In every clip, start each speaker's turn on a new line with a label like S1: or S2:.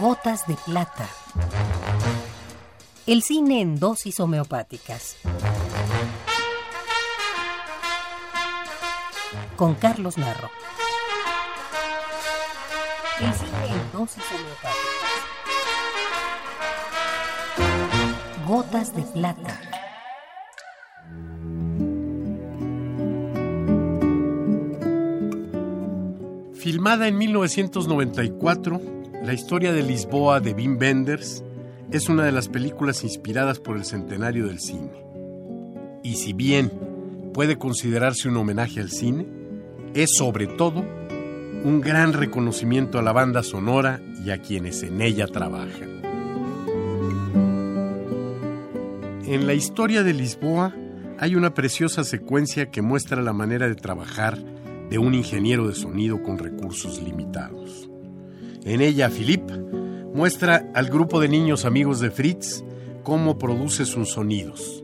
S1: Gotas de Plata. El cine en dosis homeopáticas. Con Carlos Narro. El cine en dosis homeopáticas. Gotas de Plata.
S2: Filmada en 1994, la historia de Lisboa de Wim Wenders es una de las películas inspiradas por el centenario del cine. Y si bien puede considerarse un homenaje al cine, es sobre todo un gran reconocimiento a la banda sonora y a quienes en ella trabajan. En la historia de Lisboa hay una preciosa secuencia que muestra la manera de trabajar de un ingeniero de sonido con recursos limitados. En ella, Philip muestra al grupo de niños amigos de Fritz cómo produce sus sonidos.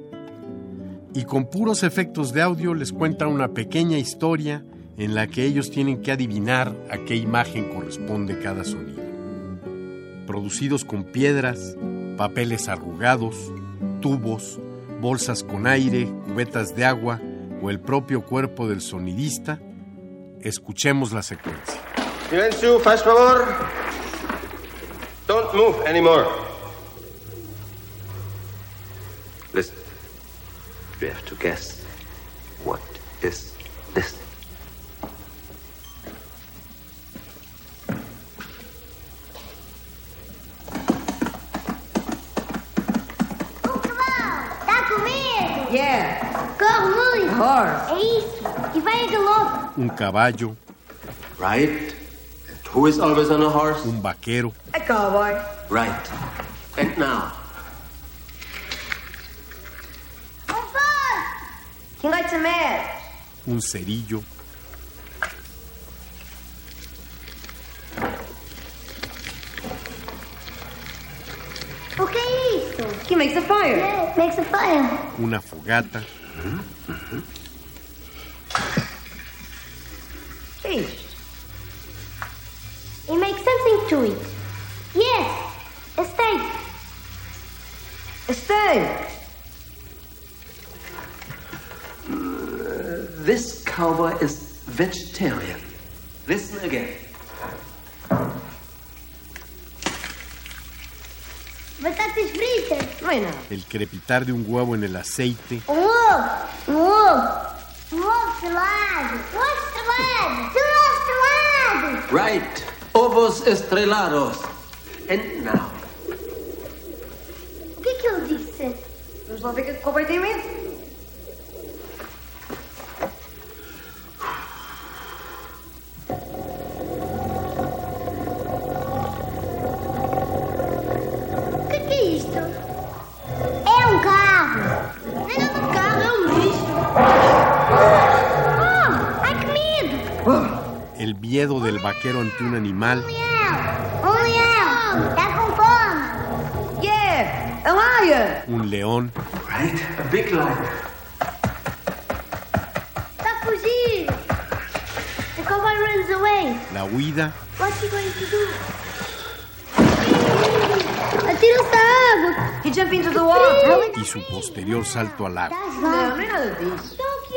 S2: Y con puros efectos de audio les cuenta una pequeña historia en la que ellos tienen que adivinar a qué imagen corresponde cada sonido. Producidos con piedras, papeles arrugados, tubos, bolsas con aire, cubetas de agua o el propio cuerpo del sonidista, escuchemos la secuencia.
S3: Silencio, faz favor. Don't move anymore.
S4: Listen. You have to guess. What is this?
S5: O cavalo está Tá com medo.
S6: Yeah,
S5: Corre muito.
S6: horse.
S5: É isso. E vai a galope.
S2: Un caballo,
S4: Right. And who is always on a horse?
S2: un vaquero,
S6: A cowboy.
S4: Right. And now.
S5: Um poço.
S6: He likes a man.
S2: un cerillo,
S5: O que é isso?
S6: He makes a fire.
S5: É. Makes a fire.
S2: una fogata,
S6: Fish.
S5: He makes something to it. Yes. A steak.
S6: A steak.
S4: This cowboy is vegetarian. Listen again.
S5: Batatas fritas.
S6: Why not?
S2: el crepitar de un huevo en el aceite,
S5: Um ovo. Um ovo. Um ovo estrelado. Um ovo estrelado. Um ovo estrelado.
S4: Right. Ovos estrelados. And now.
S5: O que é que ele disse?
S6: Vamos lá ver o que o cowboy tem medo.
S5: O que é, que é isto? É um carro. Não é um carro, é um bicho. Oh, ai que medo. Um
S2: el miedo del vaquero ante un animal,
S5: leão! Um leão! Tá com fome!
S6: Yeah, a lion.
S2: un león,
S4: Right. A big lion.
S5: Tá a fugir! The cowboy runs away.
S2: la huida,
S5: What's he going to do? Atira-se da água!
S6: He jump into the water.
S2: y su posterior salto al lago.
S5: Das
S6: Não, não é nada disso.
S5: Então o que